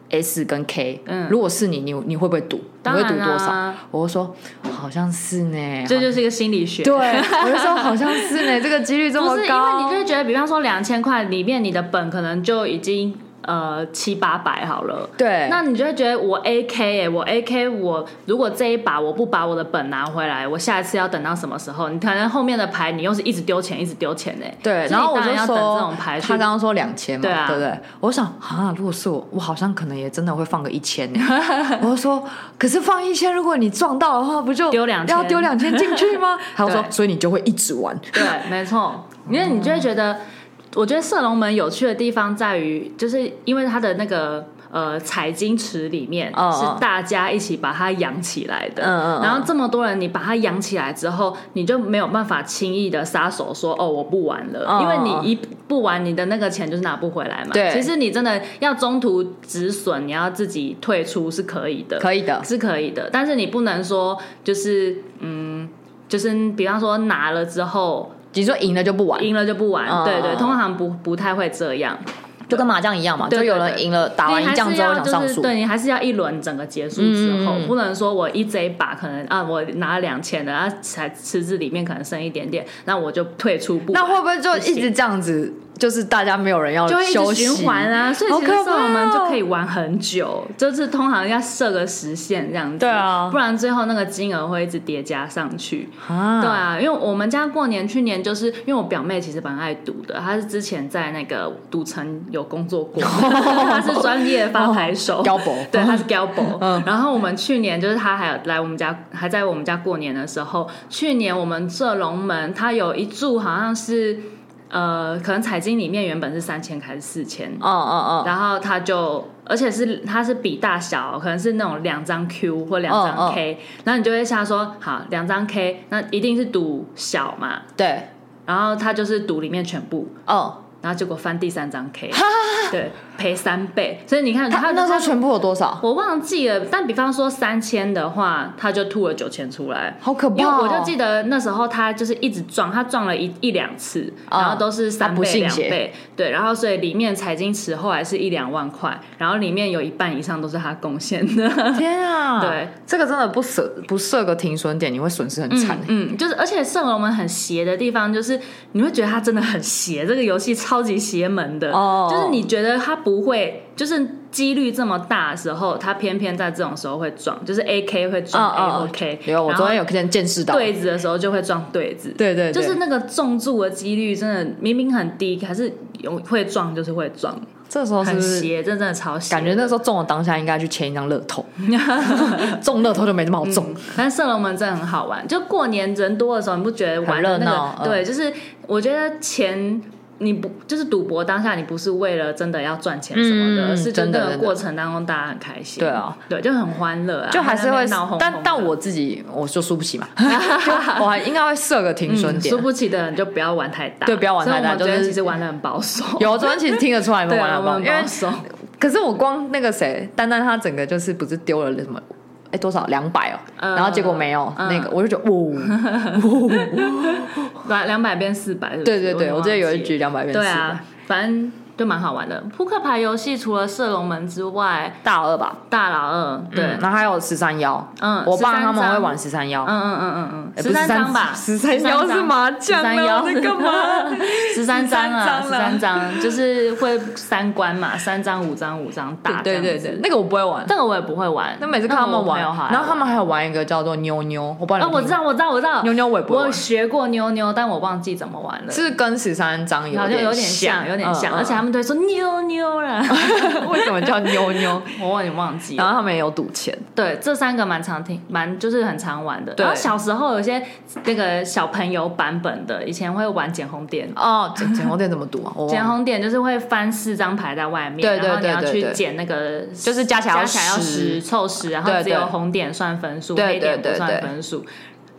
S 跟 K，
嗯
如果是你，你你会不会赌？你
当
会
然
赌多少？
啊，
我就说好像是呢，
这就是一个心理学。
对，啊我就说好像是呢，这个几率这么
不是，因为
高，
你就会觉得，比方说两千块里面，你的本可能就已经呃七八百好了。
对，
那你就会觉得我 A K 哎、我 A K 我如果这一把我不把我的本拿回来，我下一次要等到什么时候？你可能后面的牌你又是一直丢钱，一直丢钱哎、
对，
所以
然后我
你
就
当然要
说
等这种牌去
他刚刚说两千嘛，
对啊
不对？我想啊，如果是我，我好像可能也真的会放个一千 呢。我就说，可是放一千，如果你撞到的话，不就
丢2000
要丢两千进去吗？他就说，
对
所以你就会一直玩。
对，没错，因为你就会觉得，我觉得射龙门有趣的地方在于，就是因为它的那个。呃，财经池里面
嗯嗯
是大家一起把它养起来的，
嗯嗯嗯
然后这么多人，你把它养起来之后，你就没有办法轻易的撒手说哦我不玩了，
嗯
因为
嗯
你一不玩，你的那个钱就是拿不回来嘛。
对
其实你真的要中途止损，你要自己退出是可以的，
可以的，
是可以的，但是你不能说就是嗯，就是比方说拿了之后
你说赢了就不玩。
赢了就不玩，
嗯
对对，
嗯
通常不不太会这样。
就跟麻将一样嘛，
对
就有
对
人
对
赢了，打
你
完一
还
将
是
之后
要
想
就
上
是
诉，
对你还是要一轮整个结束之后，
嗯嗯嗯
不能说我一这一把可能啊，我拿了两千的，然后才池子里面可能剩一点点，那我就退出不玩。
那会不会就一
行
直这样子？就是大家没有人要
就会一
休
直
息
循环啊？所以
好
其实这
可
种
怕
我们就
哦
可以玩很久，就是通常要设个时限这样子，
对啊
不然最后那个金额会一直叠加上去。
啊
对啊，因为我们家过年去年就是因为我表妹其实蛮爱赌的，她是之前在那个赌城有工作 过，她是专业发牌手，
哦嗯 Galbo
对，她是 Galbo、然后我们去年就是她还有来我们家，还在我们家过年的时候，去年我们这龙门她有一注好像是呃，可能彩金里面原本是三千还是四千、
嗯嗯嗯，
然后他就，而且是他是比大小，哦可能是那种两张 Q 或两
嗯
张
嗯
K，、然后你就会下说好两张 K，那一定是赌小嘛，
对，
然后他就是赌里面全部，
嗯，
然后结果翻第三张 K，对，赔三倍，所以你看
他
他
那时候
他
全部有多少？
我忘记了，但比方说三千的话，他就吐了九千出来，
好可怕哦！
因为我就记得那时候他就是一直撞，他撞了一一两次，
嗯
然后都是
他
三
不
倍、
信
两
邪
倍，对，然后所以里面财经池后来是一两万块，然后里面有一半以上都是他贡献的。
天啊，
对，
这个真的不设不设个停损点，你会损失很惨、
嗯，就是而且圣龙门很邪的地方，就是你会觉得它真的很邪，这个游戏超级邪门的。
哦
就是你觉得它不会，就是几率这么大的时候，它偏偏在这种时候会撞，就是 A K 会撞 A 或 K，、
哦有，我
然
昨
后
天有见见识到，
嗯对子的时候就会撞对子。
对对对，
就是那个中注的几率真的明明很低，可是有会撞就是会撞，
这时候哦是
很
不是
邪，这真的超邪。
感觉那时候中了当下应该去签一张乐 透，中乐透就没那么好中。
但是射龙门真的很好玩，就过年人多的时候，你不觉得玩
很
的
热
那
闹嗯
个？对，就是我觉得钱。你不就是赌博当下，你不是为了真的要赚钱什么的，
嗯
而是就
真
那
的
个
真的
过程当中大家很开心，
对啊，
对，就很欢乐啊，
就还是
在那
会
边闹哄哄，的
但 但我自己我就输不起嘛，就我还应该会设个停损
嗯
点
输。不起的人就不要玩太大，
对不要玩太大
所以我们昨天
就是
其实玩的很保守，
有，昨天其实听得出来没
对
玩
啊，
了
我
吧？
们
因
很
为
保守，
可是我光那个谁，丹丹她整个就是不是丢了什么？哎，多少两百哦，
嗯
然后结果没有
嗯
那个，我就觉得 哦，
两两百变四百，
对对对，我
我
记得有一局两百变四
对
百，
啊，反正就蛮好玩的。扑克牌游戏除了射龙门之外，
大二吧，
大老二，对，
嗯然后还有十三幺，
嗯
我爸他们
13
会玩十三幺
嗯，嗯嗯嗯嗯，
哎
十三张吧，
十三幺是麻将
13
啊，
幺
我在干嘛？
十三张啊，十
13张
三张就是会三关嘛，三张五张五张打，
对对对，，那个我不会玩，
这个我也不会玩，
那每次看他们玩，然
然
后
后
他们还有玩一个叫做妞妞，我不知道
啊，
你们
我
听
知
过
道我知道我知道，
妞妞我也不会
我
玩
学过妞妞，但我忘记怎么玩了。
是跟十三张有
好像有点
像，
有点像，
嗯
而且他们都会说妞妞啊啦，
嗯为什么叫妞 妞？
我有点忘记了
然。后他们也有赌钱，
对，这三个蛮常听，蛮就是很常玩的。
对
然后小时候有一些那个小朋友版本的，以前会玩捡红点。
哦，捡捡红店怎么赌啊？我忘了
捡红点就是会翻四张牌在外面，
对对
然后你
对
要
对
去
对
捡那个，
就是加起来要
加起来要
10
十凑十，然后
对
只有
对
红点算分数，
对
黑点
对对
不算
对
分数。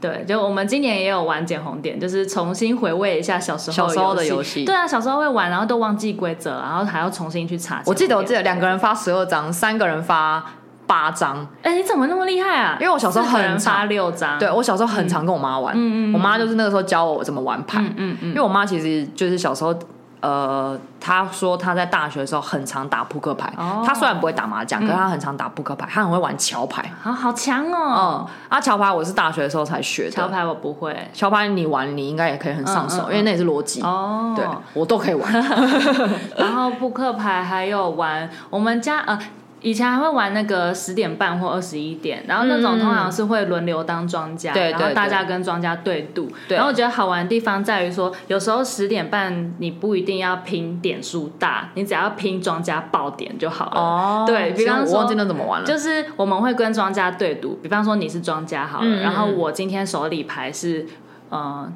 对，就我们今年也有玩捡红点，就是重新回味一下小时候
小时候的
游
游戏
对啊，小时候会玩，然后都忘记规则，然后还要重新去查。
我记得我记
得，
得两个人发十二张，三个人发八张，
哎，你怎么那么厉害啊？
因为我小时候
四个人
很常
发六张，
对我小时候很常跟我妈玩，
嗯嗯嗯
我妈就是那个时候教我怎么玩牌，
嗯嗯嗯
因为我妈其实就是小时候。呃，她说她在大学的时候很常打扑克牌。
哦
她虽然不会打麻将，可是她很常打扑克牌，她很会玩桥牌。
好好强哦！
嗯，啊，桥牌我是大学的时候才学的。
桥，牌我不会
桥牌你玩你应该也可以很上手，
嗯嗯嗯
因为那也是逻辑。
哦。
对，我都可以 玩。
然后扑克牌还有玩我们家呃。以前还会玩那个十点半或二十一点，然后那种
嗯
通常是会轮流当庄家，
对
然后
对
大
对
家跟庄家嗯对赌。
对
然后我觉得好玩的地方在于说，有时候十点半你不一定要拼点数大，你只要拼庄家爆点就好了。对，比
其实
方
哦我
说
忘记那怎么玩了。
就是我们会跟庄家对赌，比方说你是庄家好了，
嗯嗯嗯
然后我今天手里牌是呃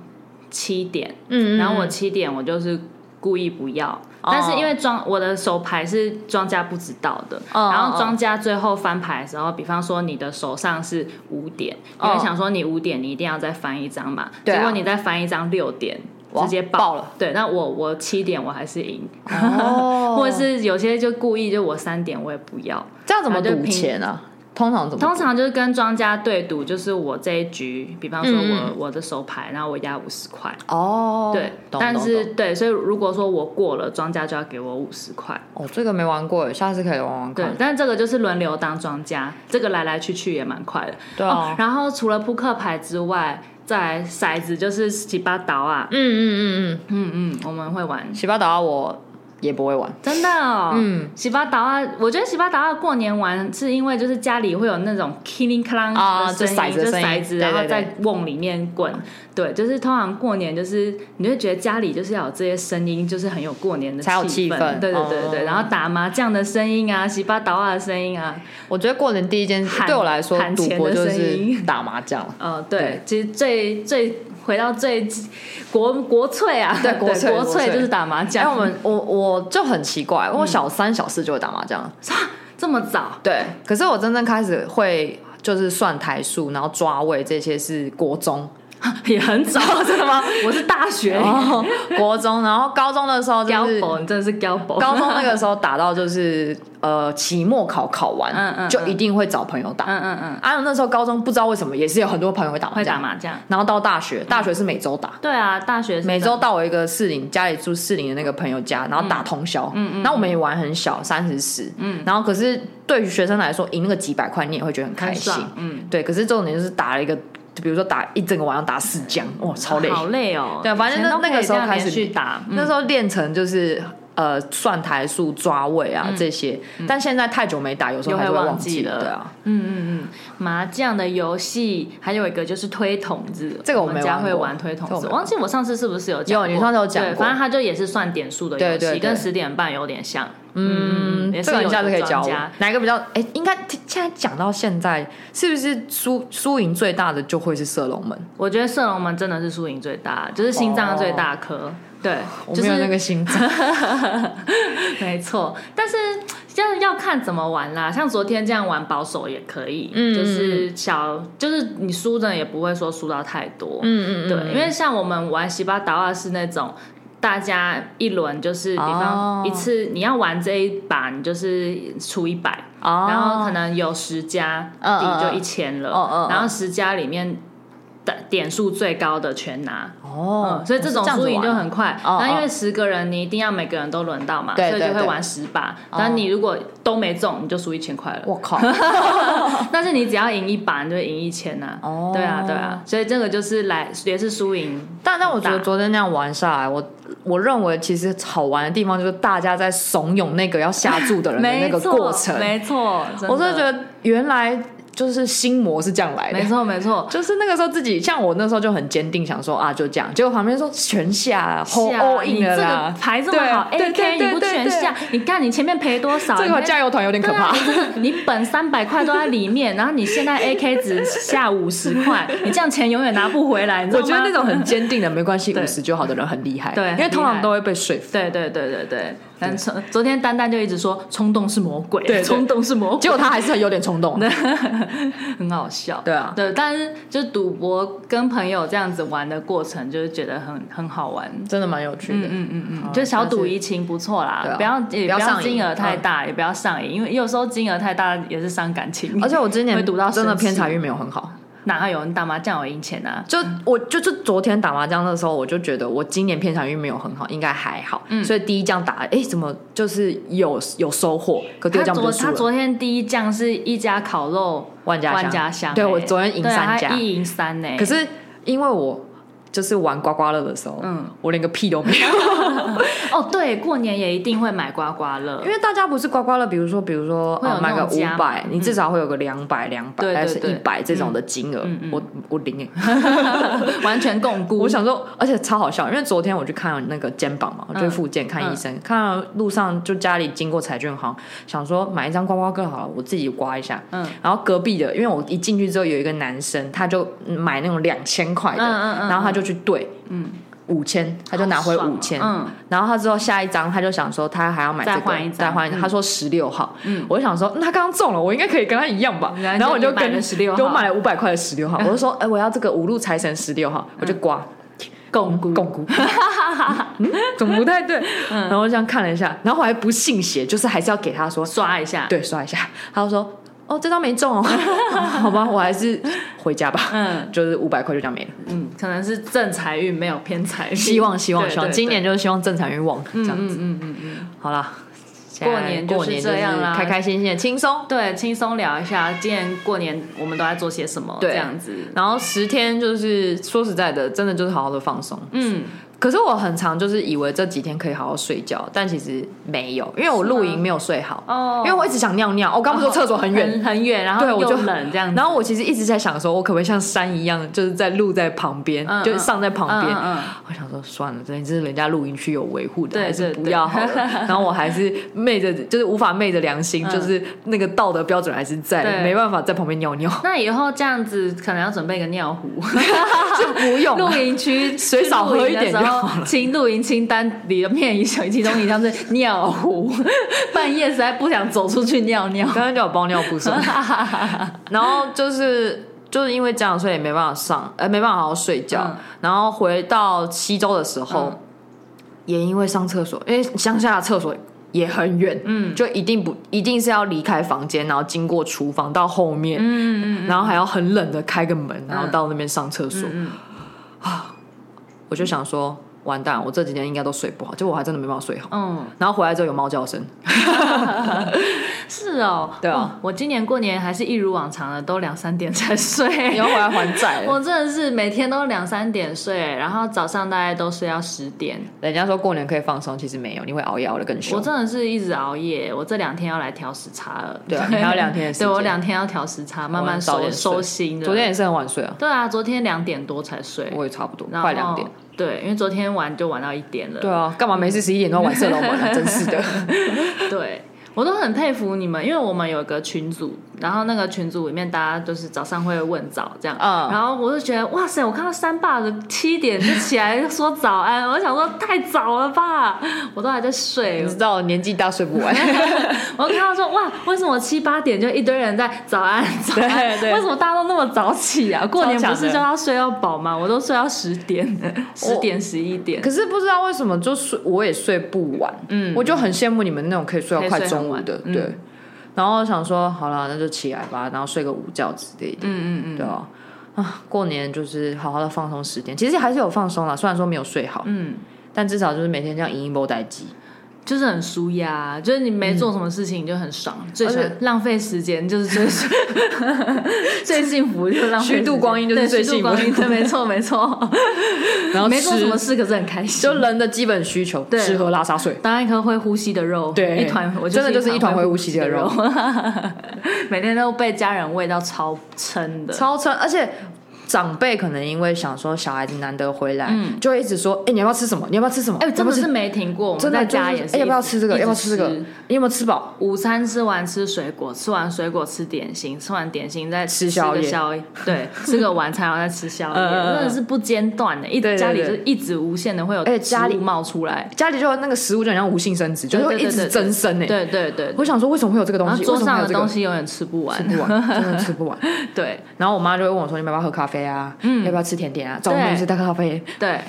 七点，
嗯
然后我七点我就是故意不要，
哦
但是因为庄我的手牌是庄家不知道的，
哦
然后庄家最后翻牌的时候，比方说你的手上是五点，因为
哦
想说你五点你一定要再翻一张嘛，
对啊
结果你再翻一张六点。
哇
直接
爆了，
对，那我我七点我还是赢，
哦
或者是有些就故意就我三点我也不要，
这样怎么
啊就
赌
拼
钱啊？通常怎么？
通常就是跟庄家对赌，就是我这一局，比方说我、我的手牌，然后我压五十块，
嗯哦，
对，
懂
但
懂
是
懂
对，所以如果说我过了，庄家就要给我五十块，
哦，这个没玩过耶，下次可以玩玩
对
看，。
但这个就是轮流当庄家，这个来来去去也蛮快的。
对
哦
啊，，
然后除了扑克牌之外，再来骰子就是七八刀啊，
嗯嗯嗯嗯，
嗯嗯，我们会玩，
洗八岛我也不会玩，
真的哦，
嗯，
洗八刀啊，我觉得洗八刀啊过年玩是因为就是家里会有那种 killing clang
啊
的声
就
音，
骰子的
就
声音
骰子，
对对
然后
对
在瓮里面滚，对，就是通常过年就是你会觉得家里就是要有这些声音，就是很有过年的
才有
气
气氛
对对对对，
哦
然后打麻将的声音啊，洗八刀啊的声音啊，
我觉得过年第一件事
喊
对我来说
喊，
赌
钱的
博就
声
是
音
打麻将了。
呃，对，其实最最回到最国国粹啊，
对国粹
国
国粹
粹就是打麻
因
将，
哎为我们我我就很奇怪，
嗯
因为我小三小四就会打麻将了，
这么早，
对，可是我真正开始会就是算台数，然后抓位这些是国中，
也很 早，真的吗？我是大学。
然后 国中，然后高中的时候就
高
是
博，你真的是高博。
高中那个时候打到就是呃期末考考完，
嗯嗯
就一定会找朋友打。
嗯嗯嗯，
啊，那时候高中不知道为什么也是有很多朋友会打麻
会打
将，
麻将。
然后到大学，大学是每周打。
对啊，大学是
每周到我一个士林，家里住士林的那个朋友家，然后打通宵。嗯嗯。然后我们也玩很小，三十十。嗯。然后可是对于学生来说，赢那个几百块，你也会觉得很开
很
心。
爽，嗯，
对，可是重点就是打了一个，比如说打一整个晚上打四将，哇，超累。
嗯好累哦。
对反正
以前都
那那
可以
个时候
这样
开始
连续打，嗯
那时候练成就是呃算台数、抓位啊、这些，但现在太久没打，有时候还是
嗯又会忘
忘
记了
了。对啊，
嗯嗯嗯，麻将的游戏还有一个就是推筒子，
这个
我
我没
们家
玩
会
过
玩推筒
这个我
子，
没
忘记我上次是不是有讲
有
过？
你上次有讲
对
过
反正它就也是算点数的游
对
戏，
对对
跟十点半有点像。
嗯，
也
这
是
个你
有
下次可以
专
教我
家
哪一个比较？哎，应该现在讲到现在，是不是输输赢最大的就会是射龙门？
我觉得射龙门真的是输赢最大，就是心脏最大颗。对，
哦我
就
没
是
有那个心 脏。
没错，但是要要看怎么玩啦。像昨天这样玩保守也可以，
嗯
就是小，就是你输的也不会说输到太多，
嗯嗯嗯，
对，因为像我们玩洗巴达瓦是那种。大家一轮就是，比
哦
方一次你要玩这一把，你就是出一百，
哦
然后可能有十家
嗯
底就
嗯
一千了，
嗯嗯嗯
然后十家里面的点数最高的全拿，
哦
嗯，所以这种输赢就很快。
哦
那因
哦
为十个人，你一定要每个人都轮到嘛，
对
所以
对哦
就会
对
玩十把。但你如果都没中，你就输一千块了。
我靠，
但是你只要赢一把，你就赢一千呐。
哦
对啊，对啊，所以这个就是来也是输赢。
但但我觉得
大
昨天那样玩下来，我我认为其实好玩的地方就是大家在怂恿那个要下注的人的那
没
个
错，
过程。
没错，
我真
真
的觉得原来就是心魔是这样来
没
的。
错没错。
就是那个时候自己，像我那时候就很坚定，想说啊就这样。结果旁边说全下啊，all
下
all
你
in
这
了
个
啦，
牌这么好
对对
，AK
对
你不
对
全
对
下，你看你前面赔多少？
这
你
个
看
加油团有点可怕。
你本三百块都在里面，然后你现在 AK 只下五十 块，你这样钱永远拿不回来，你知道
我
吗？
觉得那种很坚定的没关系，
对
五十就好的人很厉害，
对
因为通
很厉害
常都会被说服。
对对对对对，但冲昨天丹丹就一直说冲动是魔鬼，
对对
冲动是魔鬼，
结果他还是很有点冲 动。
很好笑。
对啊
对，但是就赌博跟朋友这样子玩的过程，就是觉得很很好玩。
真的蛮有趣的。
嗯嗯嗯，就小赌怡情不错啦，
对啊
不要也
不要上瘾嗯
金额太大，也不要上瘾，因为有时候金额太大也是伤感情。
而且我之
会
前
赌到
真的
生气
偏财运没有很好，
哪有人打麻将有赢钱啊？
就我就是昨天打麻将的时候，我就觉得我今年偏财运没有很好，应该还好。
嗯
所以第一将打，哎、怎么就是有有收获？可第
他
二将不
昨
就输
他
了？
昨天第一将是一家烤肉
万家香
万家香欸，
对我昨天赢
对啊
三家
他一赢三欸呢。
可是因为我就是玩刮刮乐的时候，
嗯
嗯，我连个屁都没 有，
哦，对，过年也一定会买刮刮 乐
因，为大家不是刮刮乐，比如说比如说
会有
呃买个
那种
五
加码
百，你至少会有个两百两百，
对对
还是
对嗯
一百这种的金额，我我零哎、
完全共估。
我想说，而且超好笑，因为昨天我去看那个肩膀嘛，
嗯
我去复健看医生，看到路上就家里经过彩券行，想说买一张刮刮乐好了，我自己刮一下。
嗯
嗯，然后隔壁的，因为我一进去之后有一个男生，他就买那种两千块的，
嗯嗯嗯嗯
然后他就去兑，嗯，五千，他就拿回
好爽哦
五千、
嗯
然后他之后下一张他就想说他还要买这个，
再换一张
再换一张，他说十六号，嗯，我就想说、嗯他刚刚中了，我应该可以跟他一样吧，
然后
然后我就
就买
跟
了16号嗯
就买了五百块的十六号，我就说哎、我要这个五路财神十六号，我就刮。
共估， 嗯
共估，嗯，怎么不太对？然后我这样看了一下，然后我还不信邪，就是还是要给他说，
刷一下，
对，刷一下。他就说哦，这张没 中哦，好吧，我还是回家吧。
嗯
就是五百块就这样没了。
嗯，可能是正财运没有偏财运，
希望，希望，
对
希望，
对
今年
对
就是希望正财运旺这样
嗯
子。
嗯嗯嗯，
好啦，
过
现在
年就
过
是
年
这样啦
开开心心的、轻松。
对，轻松聊一下，今年过年我们都在做些什么，
对
这样子，
然后十天就是说实在的，真的就是好好的放松。
嗯，
可是我很常就是以为这几天可以好好睡觉，但其实没有，因为我露营没有睡好，
哦
因为我一直想尿哦尿。我刚不是说厕所很远，
很很远，然后
对我
又
就
冷这样 子，
然后我其实一直在想说，我可不可以像山一样，就是在路在旁边，
嗯
就是上在旁边。
嗯嗯嗯
我想说算了，这这是人家露营区有维护的，
对
还是
对
不
对
要好了。 然后我还是昧着，就是无法昧着良心，
嗯
就是那个道德标准还是在，
对
没办法在旁边尿 尿，
那以后这样子可能要准备一个尿壶，
就不用
露
了。
营区
水少喝一点就好了
去露营的时候清哦露营清单里的面一小其中一项是尿壶， 半夜实在不想走出去尿尿。
刚刚叫我包尿布什么的， 然后就是就是因为这样，所以也没办法上，呃，没办法好好睡觉。
嗯
然后回到西周的时候，
嗯
也因为上厕所，因为乡下的厕所也很远，
嗯
就一定不一定是要离开房间，然后经过厨房到后面，
嗯嗯
然后还要很冷的开个门，然后到那边上厕所。
嗯
我就想说，完蛋，我这几天应该都睡不好，结果我还真的没办法睡好。
嗯，
然后回来之后有猫叫 声，
是哦，
对啊
哇我今年过年还是一如往常的，都两三点才睡。
你要回来还债了。
我真的是每天都两三点睡，然后早上大概都睡到十点。
人家说过年可以放松，其实没有，你会熬夜熬的更
我
凶。
真的是哦一直熬夜，我这两天要来调时差了。
对啊你还有两天的时间
对我两天要调时差，慢慢
早
收
点睡
收心的。
昨天也是很晚睡啊，
对啊，昨天两点多才睡，
我也差不多，
然后
快两点。。
对，因为昨天玩就玩到一点了。
对啊，干嘛每次十一点都要玩射龙门啊？ 真是的。
对我都很佩服你们，因为我们有一个群组，然后那个群组里面大家就是早上会问早这样，
嗯
然后我就觉得哇塞，我看到三爸的七点就起来说早安，我想说太早了吧，我都还在睡
你。知道年纪大睡不 完，
我看到说哇，为什么七八点就一堆人在早安早安？
对对
为什么大家都那么早起啊？过年
超强
不
的
是就要睡到饱吗？我都睡到十点、十点、十一点。
可是不知道为什么就睡我也睡不完，嗯，我就很羡慕你们那种可以睡到快中午的，
可以睡很晚嗯
对。然后想说好了，那就起来吧，然后睡个午觉之类的，
嗯嗯嗯，
对啊。啊，过年就是好好的放松时间，其实还是有放松啦，虽然说没有睡好，
嗯，
但至少就是每天这样隐隐波待机。
就是很舒压，啊就是你没做什么事情你就很爽，最
嗯而且
爽浪费时间就是最 最幸福，就是浪费时间
虚度光阴就是最
对虚
幸
度
福
光阴，对，没 错没错，
然后
没做
吃
什么事可是很开心，
就人的基本需求，
对
吃喝拉撒睡。
当一颗会呼吸的肉，
对
一团我
真的就是一团
会
会呼吸的肉，
每天都被家人喂到超撑的，
超撑，而且长辈可能因为想说小孩子难得回来，就会一直说：“哎、你要不要吃什么？你要不要吃什么？
嗯哎、
你要
真
不
的
要吃
是没停过，我们
真的
在
就是
家也
哎
是一直，
要不要吃这个？
一直
要不要吃这个？你有没有吃饱？
午餐吃完吃水果，吃完水果吃点心，吃完点心再
吃
吃
宵
个
夜
宵夜， 对，吃个晚餐然后再吃宵夜，
嗯嗯嗯
真的是不间断的，一
对对
家里就
对
一直无限的会有
而且家里
食物冒出来，
家里就有那个食物就很像无性生殖，就是
对
会
对对
一直增生哎、
对对对，
我想说为什么会有这个东
然后
西？
桌上
为
的
什么会
东
有
西永远吃不完，
这个？吃不完，真的吃不完。
对
然后我妈就会问我说：“你们要不要喝咖啡啊？要不要吃甜点啊？中午
嗯对
是带咖啡，
对，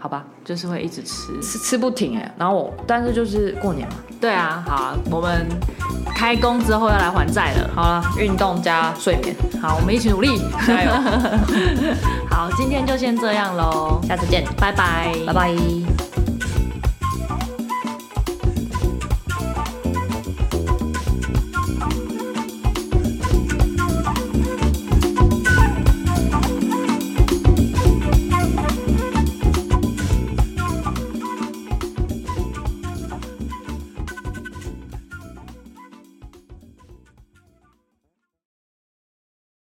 好吧，
就是会一直吃，
吃吃不停哎、然后我，但是就是过年嘛，
对啊，好啊我们开工之后要来还债了，
好了，运动加睡眠，
好，我们一起努力，
加油，
好，今天就先这样喽，
下次见，
拜拜，
拜拜。